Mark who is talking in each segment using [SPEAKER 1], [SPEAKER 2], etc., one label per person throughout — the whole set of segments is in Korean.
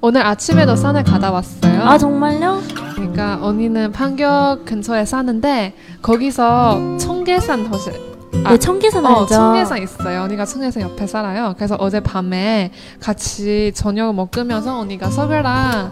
[SPEAKER 1] 오늘 아침에도 산에 가다 왔어요.
[SPEAKER 2] 아 정말요?
[SPEAKER 1] 그러니까 언니는 판교 근처에 사는데 거기서 청계산 도시 아,
[SPEAKER 2] 네 청계산
[SPEAKER 1] 어,
[SPEAKER 2] 알죠?
[SPEAKER 1] 청계산 있어요. 언니가 청계산 옆에 살아요. 그래서 어제 밤에 같이 저녁을 먹으면서 언니가 서글아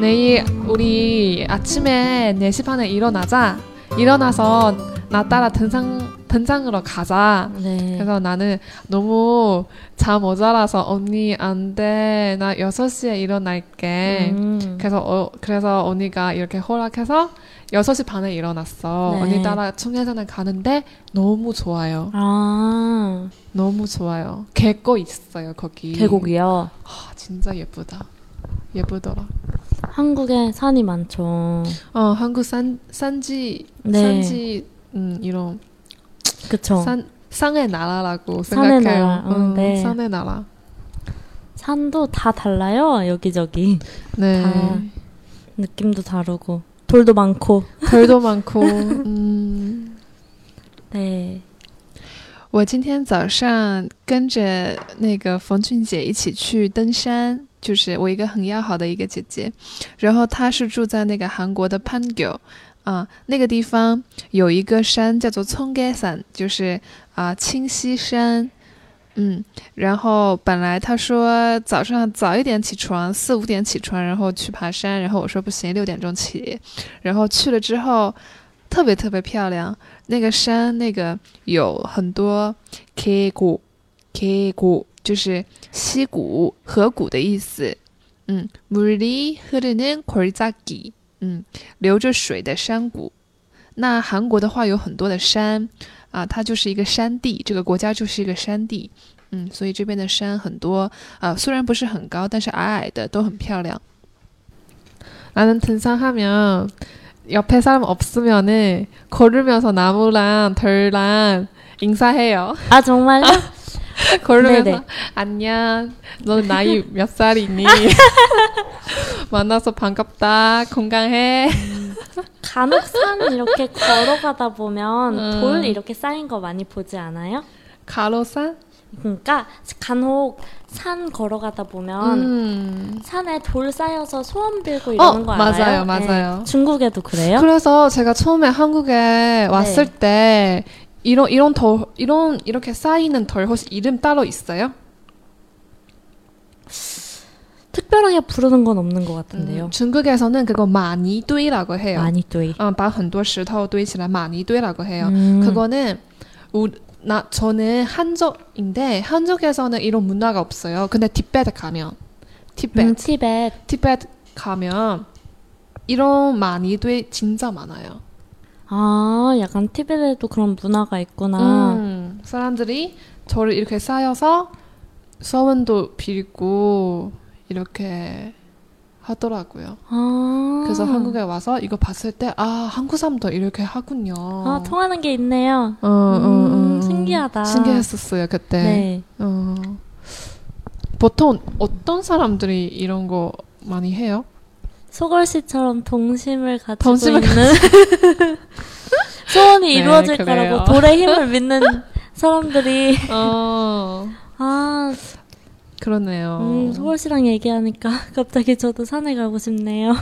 [SPEAKER 1] 내일 우리 아침에 4시 반에 일어나자. 일어나서 나 따라 등산 등산으로 가자.
[SPEAKER 2] 네.
[SPEAKER 1] 그래서 나는 너무 잠 모자라서 언니 안 돼. 나 6시에 일어날게.
[SPEAKER 2] 음.
[SPEAKER 1] 그래서 어, 그래서 언니가 이렇게 허락해서 6시 반에 일어났어.
[SPEAKER 2] 네.
[SPEAKER 1] 언니 따라 청계산을 가는데 너무 좋아요.
[SPEAKER 2] 아
[SPEAKER 1] 너무 좋아요. 계곡 있어요, 거기.
[SPEAKER 2] 계곡이요.
[SPEAKER 1] 아, 진짜 예쁘다. 예쁘더라.
[SPEAKER 2] 한국에 산이 많죠.
[SPEAKER 1] 어, 한국 산 산지
[SPEAKER 2] 네.
[SPEAKER 1] 산지 음, 이런
[SPEAKER 2] 그쵸.
[SPEAKER 1] 산 산의 나라라고
[SPEAKER 2] 산의
[SPEAKER 1] 생각해요.
[SPEAKER 2] 나라. 어,
[SPEAKER 1] 음,
[SPEAKER 2] 네.
[SPEAKER 1] 산의 나라.
[SPEAKER 2] 산... 도다 달라요 여기저기.
[SPEAKER 1] 네.
[SPEAKER 2] 다. 느낌도 다르고 돌도 많고.
[SPEAKER 1] 별도 많고. 음.
[SPEAKER 2] 네.
[SPEAKER 3] 我今天早上跟着那个冯俊姐一起去登山，就是我一个很要好的一个姐姐，然后她是住在那个韩国的 p a n g y o 啊，那个地方有一个山叫做葱盖山，就是啊清溪山，嗯，然后本来她说早上早一点起床，四五点起床，然后去爬山，然后我说不行，六点钟起，然后去了之后特别特别漂亮，那个山那个。有很多 K 谷，K 谷就是溪谷、河谷的意思。嗯，물이흐르는골짜기，嗯，流着水的山谷。那韩国的话有很多的山啊，它就是一个山地，这个国家就是一个山地。嗯，所以这边的山很多啊，虽然不是很高，但是矮矮的都很漂亮。
[SPEAKER 1] 나는 등산하면 옆에 사람 없으면은 걸으면서 나무랑 덜랑 인사해요.
[SPEAKER 2] 아 정말요?
[SPEAKER 1] 걸으면서
[SPEAKER 2] 네네.
[SPEAKER 1] 안녕. 너는 나이 몇 살이니? 만나서 반갑다. 건강해.
[SPEAKER 2] 간혹 산 이렇게 걸어가다 보면
[SPEAKER 1] 음.
[SPEAKER 2] 돌 이렇게 쌓인 거 많이 보지 않아요?
[SPEAKER 1] 가로산?
[SPEAKER 2] 그러니까 간혹 산 걸어가다 보면
[SPEAKER 1] 음.
[SPEAKER 2] 산에 돌 쌓여서 소원 빌고
[SPEAKER 1] 어,
[SPEAKER 2] 이러는 거
[SPEAKER 1] 맞아요,
[SPEAKER 2] 알아요?
[SPEAKER 1] 맞아요.
[SPEAKER 2] 네. 네. 중국에도 그래요?
[SPEAKER 1] 그래서 제가 처음에 한국에 왔을 때 이런 이런 덜 이런 이렇게 쌓이는 덜 혹시 이름 따로 있어요?
[SPEAKER 2] 특별하게 부르는 건 없는 것
[SPEAKER 1] 음,
[SPEAKER 2] 같은데요.
[SPEAKER 1] 중국에서는 그거 마니堆라고 해요.
[SPEAKER 2] 많이 또이.
[SPEAKER 1] 어, 把很多石头堆起来马尼堆라고 해요.
[SPEAKER 2] 음.
[SPEAKER 1] 그거는 우, 나 저는 한족인데 한족에서는 이런 문화가 없어요. 근데 티베트 가면 티베트
[SPEAKER 2] 음, 티벳.
[SPEAKER 1] 티베트 가면 이런 마니堆 진짜 많아요.
[SPEAKER 2] 아, 약간 티벳에도 그런 문화가 있구나.
[SPEAKER 1] 음, 사람들이 저를 이렇게 쌓여서 서원도 빌고 이렇게 하더라고요.
[SPEAKER 2] 아.
[SPEAKER 1] 그래서 한국에 와서 이거 봤을 때 아 한국 사람도 이렇게 하군요.
[SPEAKER 2] 아, 통하는 게 있네요.
[SPEAKER 1] 어, 어,
[SPEAKER 2] 음,
[SPEAKER 1] 어.
[SPEAKER 2] 신기하다.
[SPEAKER 1] 신기했었어요 그때.
[SPEAKER 2] 네.
[SPEAKER 1] 어, 보통 어떤 사람들이 이런 거 많이 해요?
[SPEAKER 2] 소걸 씨처럼 동심을 가지고
[SPEAKER 1] 동심을
[SPEAKER 2] 있는 소원이
[SPEAKER 1] 네,
[SPEAKER 2] 이루어질
[SPEAKER 1] 그래요.
[SPEAKER 2] 거라고 돌의 힘을 믿는 사람들이
[SPEAKER 1] 어,
[SPEAKER 2] 아,
[SPEAKER 1] 그러네요.
[SPEAKER 2] 음, 소걸 씨랑 얘기하니까 갑자기 저도 산에 가고 싶네요.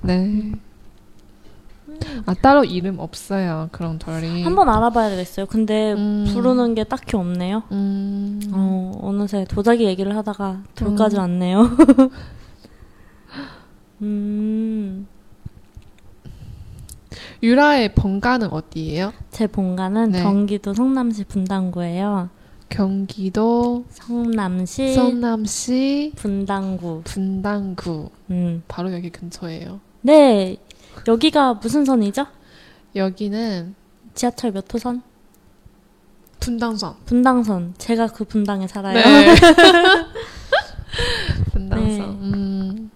[SPEAKER 1] 네.
[SPEAKER 2] 음.
[SPEAKER 1] 아 따로 이름 없어요 그런 덜이.
[SPEAKER 2] 음. 한번 알아봐야겠어요. 근데
[SPEAKER 1] 음.
[SPEAKER 2] 부르는 게 딱히 없네요.
[SPEAKER 1] 음,
[SPEAKER 2] 어, 어느새 도자기 얘기를 하다가 돌까지 왔네요. 음,
[SPEAKER 1] 유라의 본가는 어디예요?
[SPEAKER 2] 제 본가는
[SPEAKER 1] 네.
[SPEAKER 2] 경기도 성남시 분당구예요.
[SPEAKER 1] 경기도
[SPEAKER 2] 성남시
[SPEAKER 1] 성남시
[SPEAKER 2] 분당구.
[SPEAKER 1] 분당구
[SPEAKER 2] 음.
[SPEAKER 1] 바로 여기 근처예요.
[SPEAKER 2] 네, 여기가 무슨 선이죠?
[SPEAKER 1] 여기는
[SPEAKER 2] 지하철 몇 호선?
[SPEAKER 1] 분당선.
[SPEAKER 2] 분당선. 제가 그 분당에 살아요.
[SPEAKER 1] 네. 분당선. 음.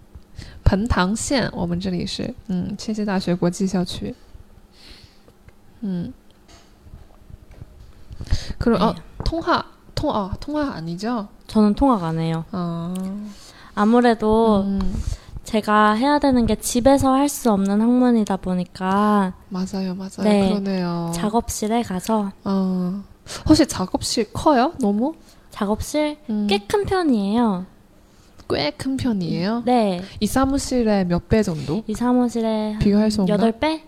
[SPEAKER 1] 彭塘县, 음, 我们这里是嗯，切西大学国际校区. 음. 그럼 어,
[SPEAKER 2] 네.
[SPEAKER 1] 통화 통 아, 통화 아니죠?
[SPEAKER 2] 저는 통학 안 해요.
[SPEAKER 1] 아.
[SPEAKER 2] 아무래도
[SPEAKER 1] 음,
[SPEAKER 2] 제가 해야 되는 게 집에서 할 수 없는 학문이다 보니까
[SPEAKER 1] 맞아요, 맞아요.
[SPEAKER 2] 네.
[SPEAKER 1] 그러네요.
[SPEAKER 2] 작업실에 가서
[SPEAKER 1] 어. 혹시 작업실 커요? 너무?
[SPEAKER 2] 작업실
[SPEAKER 1] 음.
[SPEAKER 2] 꽤 큰 편이에요.
[SPEAKER 1] 꽤 큰 편이에요.
[SPEAKER 2] 네,
[SPEAKER 1] 이 사무실의 몇 배 정도?
[SPEAKER 2] 이 사무실에 한
[SPEAKER 1] 비교할 수 없나?
[SPEAKER 2] 여덟 배?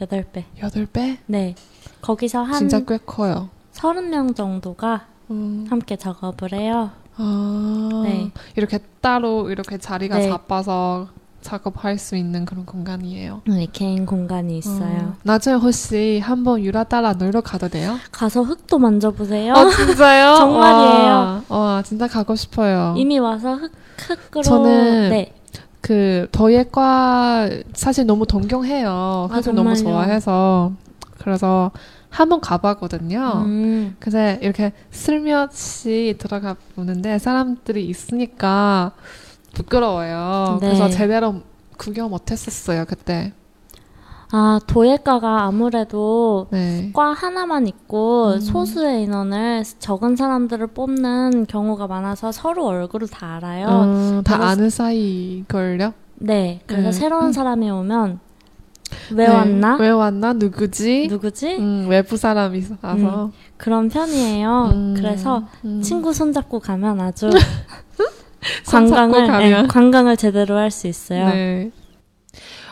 [SPEAKER 2] 여덟 배.
[SPEAKER 1] 여덟 배?
[SPEAKER 2] 네, 거기서 한
[SPEAKER 1] 진짜 꽤 커요.
[SPEAKER 2] 서른 명 정도가
[SPEAKER 1] 음,
[SPEAKER 2] 함께 작업을 해요.
[SPEAKER 1] 아,
[SPEAKER 2] 네.
[SPEAKER 1] 이렇게 따로 이렇게 자리가
[SPEAKER 2] 네.
[SPEAKER 1] 잡아서 작업할 수 있는 그런 공간이에요.
[SPEAKER 2] 네, 개인 공간이 있어요.
[SPEAKER 1] 음, 나중에 혹시 한번 유라 따라 놀러 가도 돼요?
[SPEAKER 2] 가서 흙도 만져보세요.
[SPEAKER 1] 어, 진짜요? 와,
[SPEAKER 2] 정말이에요.
[SPEAKER 1] 와, 진짜 가고 싶어요.
[SPEAKER 2] 이미 와서 흙, 흙으로.
[SPEAKER 1] 저는
[SPEAKER 2] 네,
[SPEAKER 1] 그 더예과 사실 너무 동경해요.
[SPEAKER 2] 아,
[SPEAKER 1] 흙을 너무
[SPEAKER 2] 정말요?
[SPEAKER 1] 좋아해서 그래서 한번 가봤거든요.
[SPEAKER 2] 음,
[SPEAKER 1] 근데 이렇게 슬며시 들어가 보는데 사람들이 있으니까 부끄러워요.
[SPEAKER 2] 네.
[SPEAKER 1] 그래서 제대로 구경 못했었어요 그때.
[SPEAKER 2] 아 도예과가 아무래도
[SPEAKER 1] 네.
[SPEAKER 2] 과 하나만 있고
[SPEAKER 1] 음.
[SPEAKER 2] 소수의 인원을 적은 사람들을 뽑는 경우가 많아서 서로 얼굴을 어, 다 알아요.
[SPEAKER 1] 음, 다
[SPEAKER 2] 그래서-
[SPEAKER 1] 아는 사이걸요?
[SPEAKER 2] 네, 그래서
[SPEAKER 1] 음.
[SPEAKER 2] 새로운 사람이 오면 왜
[SPEAKER 1] 네.
[SPEAKER 2] 왔나?
[SPEAKER 1] 왜 왔나? 누구지?
[SPEAKER 2] 누구지?
[SPEAKER 1] 음, 외부 사람이라서.
[SPEAKER 2] 그런 편이에요.
[SPEAKER 1] 음,
[SPEAKER 2] 어, 그래서
[SPEAKER 1] 음.
[SPEAKER 2] 친구 손잡고 가면 아주
[SPEAKER 1] 손잡고
[SPEAKER 2] 관광을
[SPEAKER 1] 가면.
[SPEAKER 2] 네, 관광을 제대로 할 수 있어요.
[SPEAKER 1] 네.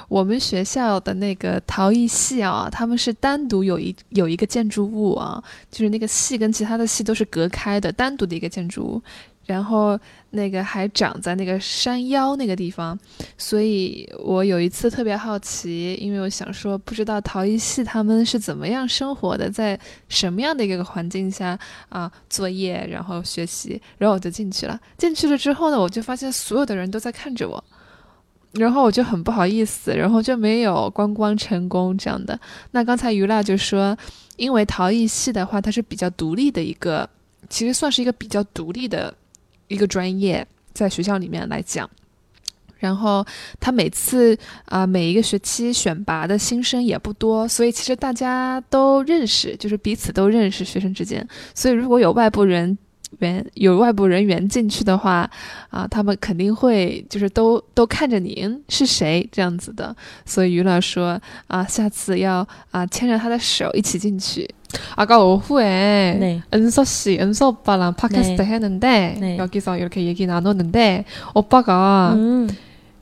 [SPEAKER 3] 我们学校的那个陶艺系啊，他们是单独有一有一个建筑物啊，就是那个系跟其他的系都是隔开的，单独的一个建筑物。然后那个还长在那个山腰那个地方，所以我有一次特别好奇，因为我想说，不知道陶艺系他们是怎么样生活的，在什么样的一个环境下啊作业，然后学习，然后我就进去了。进去了之后呢，我就发现所有的人都在看着我，然后我就很不好意思，然后就没有观光成功这样的。那刚才于辣就说，因为陶艺系的话，它是比较独立的一个，其实算是一个比较独立的一个专业，在学校里面来讲。然后他每次啊、每一个学期选拔的新生也不多，所以其实大家都认识，就是彼此都认识学生之间。所以如果有外部人员有外部人员进去的话，啊，他们肯定会就是都都看着你嗯是谁这样子的，所以于老说啊，下次要啊牵着他的手一起进去。
[SPEAKER 1] 아까 오후에
[SPEAKER 2] 네.
[SPEAKER 1] 은서 씨, 은서 오빠랑 팟캐스트
[SPEAKER 2] 네.
[SPEAKER 1] 했는데
[SPEAKER 2] 네.
[SPEAKER 1] 여기서 이렇게 얘기 나눴는데 오빠가
[SPEAKER 2] 음.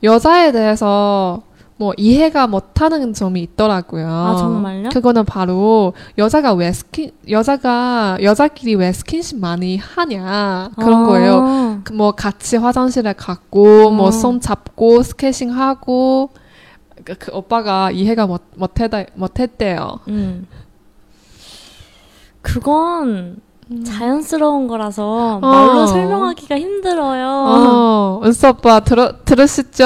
[SPEAKER 1] 여자에 대해서 뭐 이해가 못하는 점이 있더라고요.
[SPEAKER 2] 아, 정말요?
[SPEAKER 1] 그거는 바로 여자가 왜 스킨 여자가 여자끼리 왜 스킨십 많이 하냐 그런
[SPEAKER 2] 아,
[SPEAKER 1] 거예요. 그뭐 같이 화장실에 갔고
[SPEAKER 2] 어.
[SPEAKER 1] 뭐 손 잡고 스케싱 하고 그, 그 오빠가 이해가 못 못했다 못했대요.
[SPEAKER 2] 음. 그건 자연스러운 거라서 말로
[SPEAKER 1] 음. 어.
[SPEAKER 2] 설명하기가 힘들어요.
[SPEAKER 1] 어, 은수 오빠 들어 들으시죠?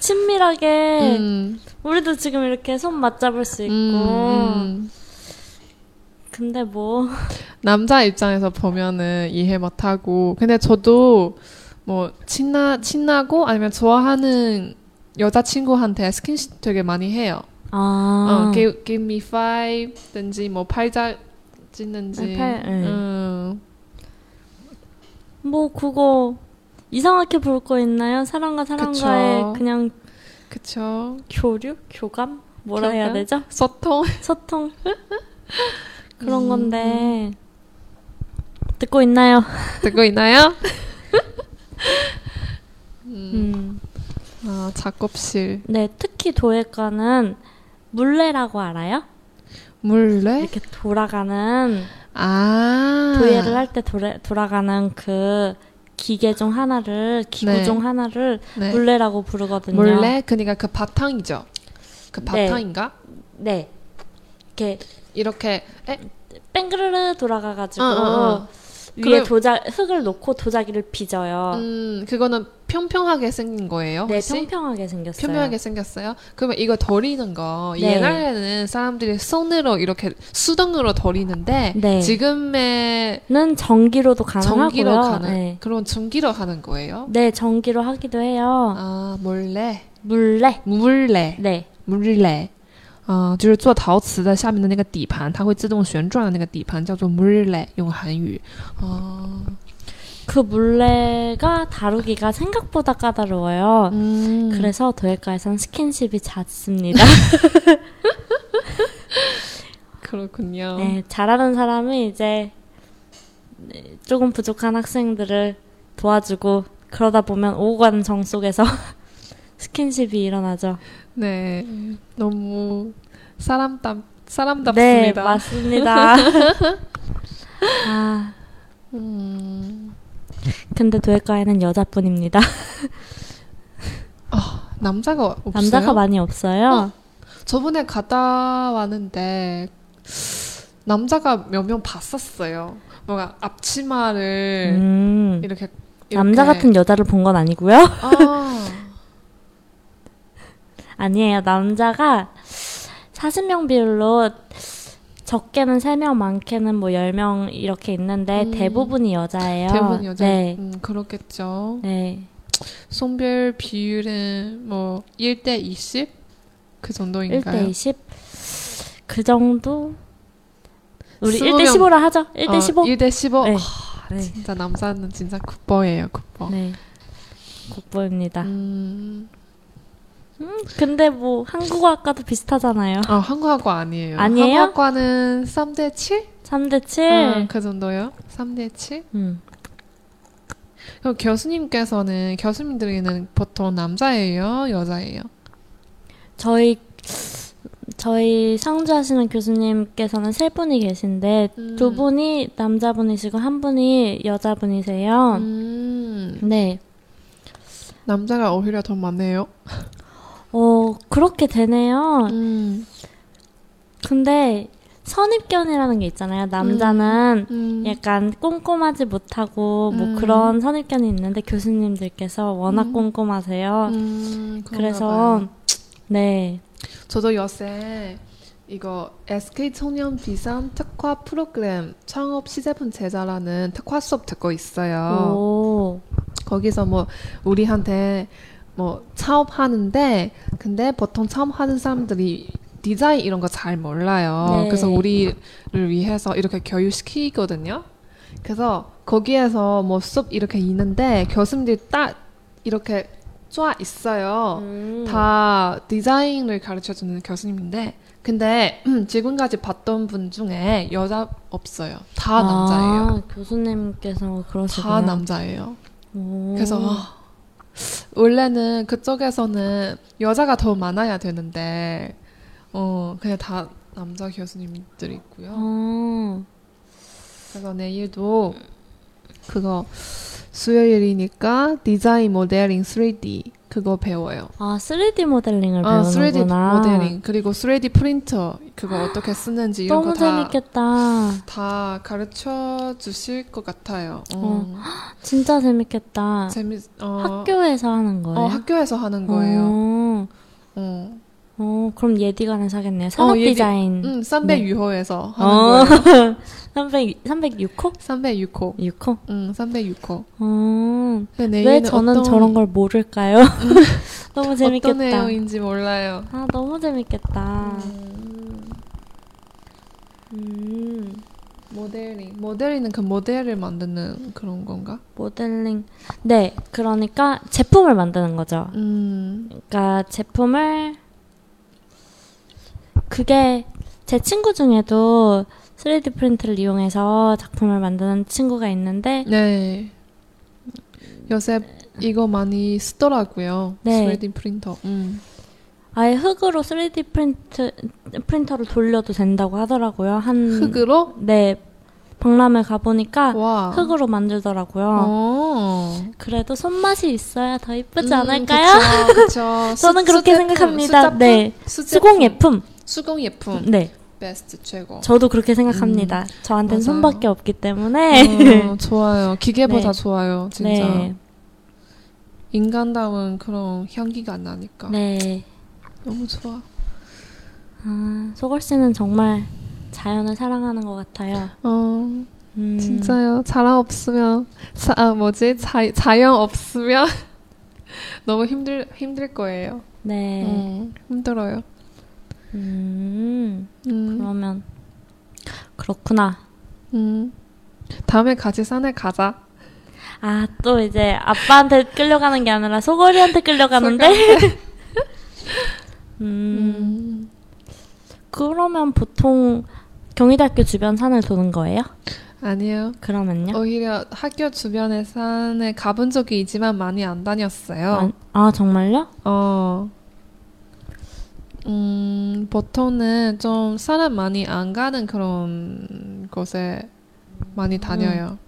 [SPEAKER 2] 친밀하게
[SPEAKER 1] 음,
[SPEAKER 2] 우리도 지금 이렇게 손 맞잡을 수 있고
[SPEAKER 1] 음.
[SPEAKER 2] 근데 뭐
[SPEAKER 1] 남자 입장에서 보면은 이해 못하고 근데 저도 뭐 친나 친나고 아니면 좋아하는 여자 친구한테 스킨십 되게 많이 해요.
[SPEAKER 2] 아,
[SPEAKER 1] 어, give, give me five든지 뭐 팔자 찢는지.
[SPEAKER 2] 팔, 네.
[SPEAKER 1] 음.
[SPEAKER 2] 뭐 그거 이상하게 볼 거 있나요? 사람과 사람과의
[SPEAKER 1] 그쵸.
[SPEAKER 2] 그냥
[SPEAKER 1] 그쵸.
[SPEAKER 2] 교류? 교감? 뭐라
[SPEAKER 1] 교감?
[SPEAKER 2] 해야 되죠?
[SPEAKER 1] 소통.
[SPEAKER 2] 소통? 그런
[SPEAKER 1] 음,
[SPEAKER 2] 건데 듣고 있나요?
[SPEAKER 1] 듣고 있나요?
[SPEAKER 2] 음.
[SPEAKER 1] 아, 작업실.
[SPEAKER 2] 네, 특히 도예과는 물레라고 알아요?
[SPEAKER 1] 물레?
[SPEAKER 2] 이렇게 돌아가는
[SPEAKER 1] 아.
[SPEAKER 2] 도예를 할 때 돌아가는 그 기계 중 하나를 기구
[SPEAKER 1] 네.
[SPEAKER 2] 중 하나를
[SPEAKER 1] 네.
[SPEAKER 2] 물레라고 부르거든요.
[SPEAKER 1] 물레? 그니까 그 바탕이죠. 그 바탕인가?
[SPEAKER 2] 네. 이렇게
[SPEAKER 1] 이렇게 에?
[SPEAKER 2] 뺑그르르 돌아가가지고
[SPEAKER 1] 어, 어, 어.
[SPEAKER 2] 위에
[SPEAKER 1] 그럼-
[SPEAKER 2] 도자 흙을 놓고 도자기를 빚어요.
[SPEAKER 1] 음, 그거는 평평하게 생긴 거예요?
[SPEAKER 2] 네,
[SPEAKER 1] 혹시?
[SPEAKER 2] 평평하게 생겼어요.
[SPEAKER 1] 평평하게 생겼어요? 그러면 이거 덜이는 거
[SPEAKER 2] 네.
[SPEAKER 1] 옛날에는 사람들이 손으로 이렇게 수동으로 덜이는데
[SPEAKER 2] 네.
[SPEAKER 1] 지금의
[SPEAKER 2] 는 전기로도 가능하고요.
[SPEAKER 1] 전기로 가는
[SPEAKER 2] 네.
[SPEAKER 1] 그런 전기로 하는 거예요?
[SPEAKER 2] 네, 전기로 하기도 해요.
[SPEAKER 1] 아 몰래
[SPEAKER 2] 물레.
[SPEAKER 1] 물레
[SPEAKER 2] 네.
[SPEAKER 1] 물레 啊、就是做陶瓷的下面的那个底盘，它会自动旋转的那个底盘叫做 mullet，用 e 韩语。哦，
[SPEAKER 2] 그 물레가 다루기가 생각보다 까다로워요.
[SPEAKER 1] 嗯
[SPEAKER 2] 그래서 도예과에선 스킨십이 잦습니다.
[SPEAKER 1] 그렇군요. 음. 네。
[SPEAKER 2] 네, 잘하는 사람은 이제 조금 부족한 학생들을 도와주고 그러다 보면 오관정 속에서 스킨십이 일어나죠.
[SPEAKER 1] 네, 너무 사람답
[SPEAKER 2] 네,
[SPEAKER 1] 사람답습니다.
[SPEAKER 2] 맞습니다. 아,
[SPEAKER 1] 음,
[SPEAKER 2] 근데 도예과에는 여자뿐입니다.
[SPEAKER 1] 남자가 없어요.
[SPEAKER 2] 남자가 많이 없어요.
[SPEAKER 1] 저번에 갔다 왔는데 남자가 몇 명 봤었어요. 뭔가 앞치마를
[SPEAKER 2] 음,
[SPEAKER 1] 네. 이렇게, 이렇게
[SPEAKER 2] 남자 같은 여자를 본 건 아니고요.
[SPEAKER 1] 아,
[SPEAKER 2] 아니에요. 남자가 40명 비율로 적게는 3명, 많게는 뭐 10명 이렇게 있는데
[SPEAKER 1] 음.
[SPEAKER 2] 대부분이 여자예요.
[SPEAKER 1] 대부분 여자.
[SPEAKER 2] 네.
[SPEAKER 1] 음, 그렇겠죠.
[SPEAKER 2] 네.
[SPEAKER 1] 성별 비율은 뭐 1대 20? 그 정도인가요?
[SPEAKER 2] 1대 20? 그 정도? 우리
[SPEAKER 1] 20 명.
[SPEAKER 2] 1대 15라 하죠. 1대 15?
[SPEAKER 1] 어, 1대 15?
[SPEAKER 2] 네.
[SPEAKER 1] 아, 진짜 남자는 진짜 굿보예요, 굿보.
[SPEAKER 2] 네. 아. 국보입니다.
[SPEAKER 1] 음,
[SPEAKER 2] 근데 뭐 한국어학과도 비슷하잖아요.
[SPEAKER 1] 아, 한국하고 아니에요.
[SPEAKER 2] 아니에요?
[SPEAKER 1] 한국과는 3대 7?
[SPEAKER 2] 3대 음. 7.
[SPEAKER 1] 음,
[SPEAKER 2] 음.
[SPEAKER 1] 그 정도요? 3대 7? 그럼 교수님께서는 교수님들에게는 보통 남자예요, 여자예요?
[SPEAKER 2] 저희 저희 상주하시는 교수님께서는 세 분이 계신데
[SPEAKER 1] 음.
[SPEAKER 2] 두 분이 남자분이시고 한 분이 여자분이세요.
[SPEAKER 1] 음,
[SPEAKER 2] 네.
[SPEAKER 1] 남자가 오히려 더 많네요.
[SPEAKER 2] 어, 그렇게 되네요.
[SPEAKER 1] 음,
[SPEAKER 2] 근데 선입견이라는 게 있잖아요. 남자는
[SPEAKER 1] 음,
[SPEAKER 2] 약간 꼼꼼하지 못하고 뭐
[SPEAKER 1] 음.
[SPEAKER 2] 그런 선입견이 있는데 교수님들께서 워낙
[SPEAKER 1] 음.
[SPEAKER 2] 꼼꼼하세요.
[SPEAKER 1] 음, 그런가 봐요.
[SPEAKER 2] 그래서 네.
[SPEAKER 1] 저도 요새 이거 SK 청년 비상 특화 프로그램 창업 시제품 제자라는 특화 수업 듣고 있어요.
[SPEAKER 2] 오.
[SPEAKER 1] 거기서 뭐 우리한테 뭐 창업하는데 근데 보통 창업하는 사람들이 디자인 이런 거 잘 몰라요.
[SPEAKER 2] 네.
[SPEAKER 1] 그래서 우리를 위해서 이렇게 교육시키거든요. 그래서 거기에서 뭐 수업 이렇게 있는데 교수님들이 딱 이렇게 쫙 있어요.
[SPEAKER 2] 음.
[SPEAKER 1] 다 디자인을 가르쳐주는 교수님인데 근데 음, 지금까지 봤던 분 중에 여자 없어요. 다 남자예요.
[SPEAKER 2] 아, 교수님께서
[SPEAKER 1] 다
[SPEAKER 2] 그러시구나.
[SPEAKER 1] 남자예요.
[SPEAKER 2] 오.
[SPEAKER 1] 그래서 아, 원래는 그쪽에서는 여자가 더 많아야 되는데 어 그냥 다 남자 교수님들이 있고요.
[SPEAKER 2] 아,
[SPEAKER 1] 그래서 내일도 그거 수요일이니까 디자인 모델링 3D 그거 배워요.
[SPEAKER 2] 아, 3D 모델링을
[SPEAKER 1] 아, 3D
[SPEAKER 2] 배우는구나.
[SPEAKER 1] 모델링 그리고 3D 프린터 그거 어떻게 쓰는지 이런
[SPEAKER 2] 너무
[SPEAKER 1] 거 다 다
[SPEAKER 2] 재밌겠다.
[SPEAKER 1] 가르쳐 주실 것 같아요. 어,
[SPEAKER 2] 어, 진짜 재밌겠다.
[SPEAKER 1] 재미 어,
[SPEAKER 2] 학교에서 하는 거예요?
[SPEAKER 1] 어, 학교에서 하는 거예요.
[SPEAKER 2] 어,
[SPEAKER 1] 어.
[SPEAKER 2] 어, 그럼 예디관에서 하겠네요. 산업
[SPEAKER 1] 예디- 음.
[SPEAKER 2] 디자인.
[SPEAKER 1] 응,
[SPEAKER 2] 네.
[SPEAKER 1] 306호에서
[SPEAKER 2] 어,
[SPEAKER 1] 하는 거예요.
[SPEAKER 2] 300, 306호?
[SPEAKER 1] 306호.
[SPEAKER 2] 6호?
[SPEAKER 1] 응, 306호.
[SPEAKER 2] 어,
[SPEAKER 1] 근데
[SPEAKER 2] 왜
[SPEAKER 1] 내일은
[SPEAKER 2] 저는
[SPEAKER 1] 네, 어떤, 음.
[SPEAKER 2] 저런 걸 모를까요? 너무 재밌겠다.
[SPEAKER 1] 어떤 내용인지 몰라요.
[SPEAKER 2] 아, 너무 재밌겠다. 음,
[SPEAKER 1] 모델링. 모델링은 그 모델을 만드는 그런 건가?
[SPEAKER 2] 모델링. 네, 그러니까 제품을 만드는 거죠.
[SPEAKER 1] 음,
[SPEAKER 2] 그러니까 제품을 그게 제 친구 중에도 3D 프린트를 이용해서 작품을 만드는 친구가 있는데
[SPEAKER 1] 네. 요새 이거 많이 쓰더라고요.
[SPEAKER 2] 네.
[SPEAKER 1] 3D 프린터. 음.
[SPEAKER 2] 아예 흙으로 3D 프린트 프린터를 돌려도 된다고 하더라고요. 한
[SPEAKER 1] 음. 흙으로?
[SPEAKER 2] 네. 박람회 가 보니까
[SPEAKER 1] 와.
[SPEAKER 2] 아, 흙으로 만들더라고요.
[SPEAKER 1] 어.
[SPEAKER 2] 그래도 손맛이 있어야 더 이쁘지
[SPEAKER 1] 음,
[SPEAKER 2] 않을까요?
[SPEAKER 1] 그쵸, 그쵸. 수-
[SPEAKER 2] 저는 그렇게
[SPEAKER 1] 수제품,
[SPEAKER 2] 생각합니다.
[SPEAKER 1] 수제품,
[SPEAKER 2] 네.
[SPEAKER 1] 수제품.
[SPEAKER 2] 수공 예품.
[SPEAKER 1] 수공 예품.
[SPEAKER 2] 네.
[SPEAKER 1] 베스트 최고.
[SPEAKER 2] 저도 그렇게 생각합니다.
[SPEAKER 1] 음,
[SPEAKER 2] 저한테는
[SPEAKER 1] 맞아요.
[SPEAKER 2] 손밖에 없기 때문에.
[SPEAKER 1] 어, 좋아요. 기계보다
[SPEAKER 2] 네.
[SPEAKER 1] 좋아요. 진짜.
[SPEAKER 2] 네.
[SPEAKER 1] 인간다운 그런 향기가 나니까.
[SPEAKER 2] 네.
[SPEAKER 1] 너무 좋아.
[SPEAKER 2] 아, 소걸 씨는 정말 자연을 사랑하는 것 같아요.
[SPEAKER 1] 어,
[SPEAKER 2] 음,
[SPEAKER 1] 진짜요. 자랑 없으면, 자, 아, 뭐지? 자, 자연 없으면 너무 힘들, 힘들 거예요.
[SPEAKER 2] 네.
[SPEAKER 1] 음, 힘들어요.
[SPEAKER 2] 음,
[SPEAKER 1] 음,
[SPEAKER 2] 그러면 그렇구나.
[SPEAKER 1] 음. 다음에 같이 산에 가자.
[SPEAKER 2] 아, 또 이제 아빠한테 끌려가는 게 아니라 소걸이한테 끌려가는데. 음,
[SPEAKER 1] 음.
[SPEAKER 2] 그러면 보통 경희대학교 주변 산을 도는 거예요?
[SPEAKER 1] 아니요.
[SPEAKER 2] 그러면요?
[SPEAKER 1] 오히려 학교 주변에 산에 가본 적이 있지만 많이 안 다녔어요.
[SPEAKER 2] 아, 아, 정말요?
[SPEAKER 1] 어. 음, 보통은 좀 사람 많이 안 가는 그런 곳에 많이 다녀요.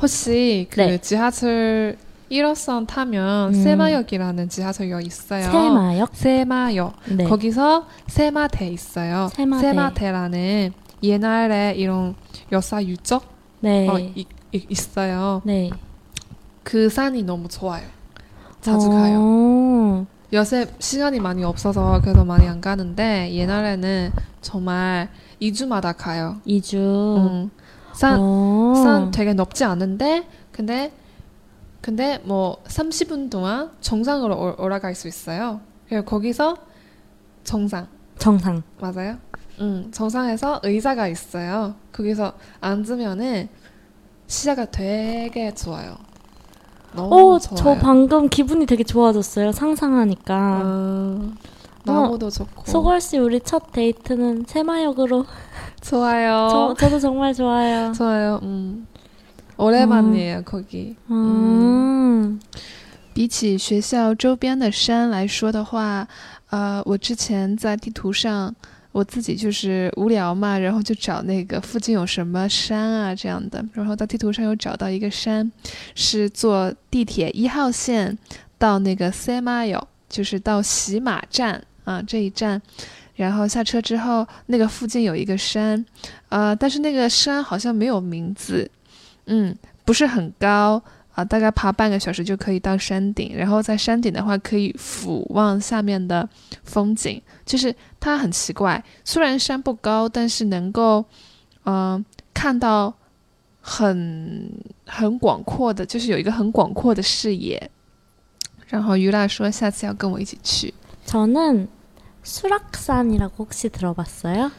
[SPEAKER 1] 혹시 그
[SPEAKER 2] 음. 네.
[SPEAKER 1] 지하철 1호선 타면
[SPEAKER 2] 음.
[SPEAKER 1] 세마역이라는 지하철역 있어요.
[SPEAKER 2] 세마역?
[SPEAKER 1] 세마역.
[SPEAKER 2] 네.
[SPEAKER 1] 거기서 세마대 있어요.
[SPEAKER 2] 세마대.
[SPEAKER 1] 라는 옛날에 이런 역사 유적
[SPEAKER 2] 네.
[SPEAKER 1] 어, 이- 이- 있어요.
[SPEAKER 2] 네.
[SPEAKER 1] 그 산이 너무 좋아요.
[SPEAKER 2] 어,
[SPEAKER 1] 자주 가요.
[SPEAKER 2] 오,
[SPEAKER 1] 요새 시간이 많이 없어서 그래서 많이 안 가는데 옛날에는 정말 2주마다 가요.
[SPEAKER 2] 2주. 어.
[SPEAKER 1] 음. 산,
[SPEAKER 2] 오.
[SPEAKER 1] 산 되게 높지 않은데 근데 근데 뭐 30분 동안 정상으로 올- 올라갈 수 있어요. 그리고 거기서 정상
[SPEAKER 2] 정상.
[SPEAKER 1] 맞아요? 응, 정상에서 의자가 있어요. 거기서 앉으면은 시야가 되게 좋아요. 어, 너무
[SPEAKER 2] 오,
[SPEAKER 1] 좋아요.
[SPEAKER 2] 어, 저 방금 기분이 되게 좋아졌어요. 상상하니까.
[SPEAKER 1] 음, 나무도 좋고.
[SPEAKER 2] 소걸 씨 우리 첫 데이트는 세마역으로.
[SPEAKER 1] 좋아요.
[SPEAKER 2] 저, 저도 정말 좋아요.
[SPEAKER 1] 좋아요. 음. 오랜만이에요, 거기.
[SPEAKER 2] 어. 음.
[SPEAKER 3] 比起学校周边的山来说的话，呃，我之前在地图上我自己就是无聊嘛，然后就找那个附近有什么山啊这样的，然后在地图上有找到一个山，是坐地铁一号线到那个 s e m i l 就是到喜马站啊这一站。然后下车之后，那个附近有一个山，啊、但是那个山好像没有名字，嗯，不是很高，啊，大概爬半个小时就可以到山顶，然后在山顶的话可以俯望下面的风景，就是它很奇怪，虽然山不高，但是能够，嗯、看到很很广阔的，就是有一个很广阔的视野。然后于娜说下次要跟我一起去，
[SPEAKER 2] 저는 수락산이라고 혹시 들어봤어요?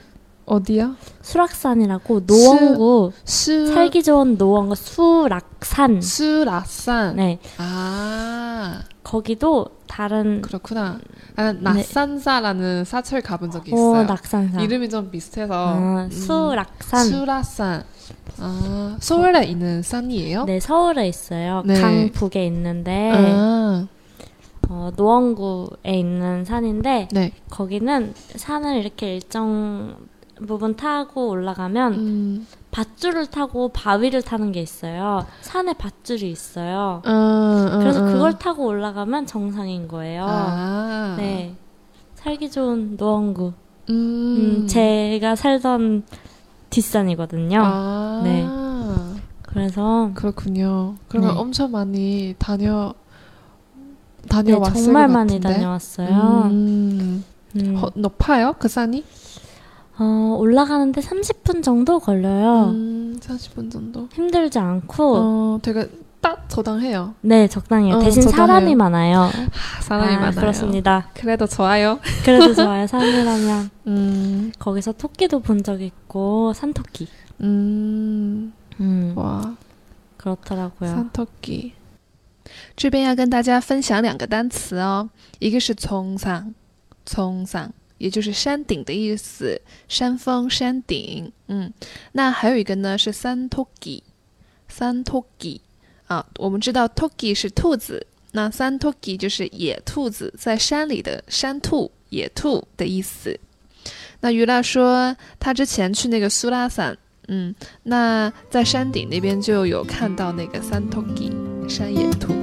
[SPEAKER 1] 어디요?
[SPEAKER 2] 수락산이라고 노원구
[SPEAKER 1] 수,
[SPEAKER 2] 살기 좋은 노원구 수락산.
[SPEAKER 1] 수라산.
[SPEAKER 2] 네.
[SPEAKER 3] 啊
[SPEAKER 1] 아,
[SPEAKER 2] 거기도 다른
[SPEAKER 1] 그렇구나. 나는
[SPEAKER 2] 네.
[SPEAKER 1] 낙산사라는 사철 가본 적이
[SPEAKER 2] 어,
[SPEAKER 1] 있어요.
[SPEAKER 2] 낙산산.
[SPEAKER 1] 이름이 좀 비슷해서.
[SPEAKER 2] 아,
[SPEAKER 1] 음,
[SPEAKER 2] 수락산.
[SPEAKER 1] 수라산. 아, 서울에 있는 산이에요?
[SPEAKER 2] 네, 서울에 있어요.
[SPEAKER 1] 네.
[SPEAKER 2] 강북에 있는데
[SPEAKER 1] 아,
[SPEAKER 2] 어, 노원구에 있는 산인데
[SPEAKER 1] 네.
[SPEAKER 2] 거기는 산을 이렇게 일정 부분 타고 올라가면
[SPEAKER 1] 음,
[SPEAKER 2] 밧줄을 타고 바위를 타는 게 있어요. 산에 밧줄이 있어요.
[SPEAKER 1] 음, 음,
[SPEAKER 2] 그래서
[SPEAKER 1] 음.
[SPEAKER 2] 그걸 타고 올라가면 정상인 거예요.
[SPEAKER 1] 아,
[SPEAKER 2] 네. 살기 좋은 노원구.
[SPEAKER 1] 음,
[SPEAKER 2] 음, 제가 살던 뒷산이거든요.
[SPEAKER 1] 아,
[SPEAKER 2] 네. 그래서
[SPEAKER 1] 그렇군요. 그러면
[SPEAKER 2] 네.
[SPEAKER 1] 엄청 많이 다녀
[SPEAKER 2] 네,
[SPEAKER 1] 다녀왔을 것
[SPEAKER 2] 정말 많이
[SPEAKER 1] 같은데?
[SPEAKER 2] 다녀왔어요.
[SPEAKER 1] 음.
[SPEAKER 2] 음.
[SPEAKER 1] 허- 높아요 그 산이?
[SPEAKER 2] 어, 올라가는데 30분 정도 걸려요.
[SPEAKER 1] 음, 40분 정도.
[SPEAKER 2] 힘들지 않고
[SPEAKER 1] 어, 되게 딱 저당해요.
[SPEAKER 2] 네 적당해요.
[SPEAKER 1] 어,
[SPEAKER 2] 대신
[SPEAKER 1] 적당해요.
[SPEAKER 2] 사람이 많아요.
[SPEAKER 1] 아, 사람이
[SPEAKER 2] 아,
[SPEAKER 1] 많아요.
[SPEAKER 2] 그렇습니다.
[SPEAKER 1] 그래도 좋아요.
[SPEAKER 2] 그래도 좋아요. 사람이라면
[SPEAKER 1] 음,
[SPEAKER 2] 거기서 토끼도 본 적 있고 산토끼.
[SPEAKER 3] 嗯
[SPEAKER 1] 음,
[SPEAKER 2] 음
[SPEAKER 1] 와,
[SPEAKER 2] 그렇더라고요.
[SPEAKER 1] 산토끼.
[SPEAKER 3] 这边要跟大家分享两个单词哦，一个是冲上，冲上，也就是山顶的意思，山峰、山顶。嗯，那还有一个呢是三 toki，三 toki 啊，我们知道 toki 是兔子，那三 toki 就是野兔子，在山里的山兔、野兔的意思。那于拉说他之前去那个苏拉散，嗯，那在山顶那边就有看到那个三 toki 山野兔。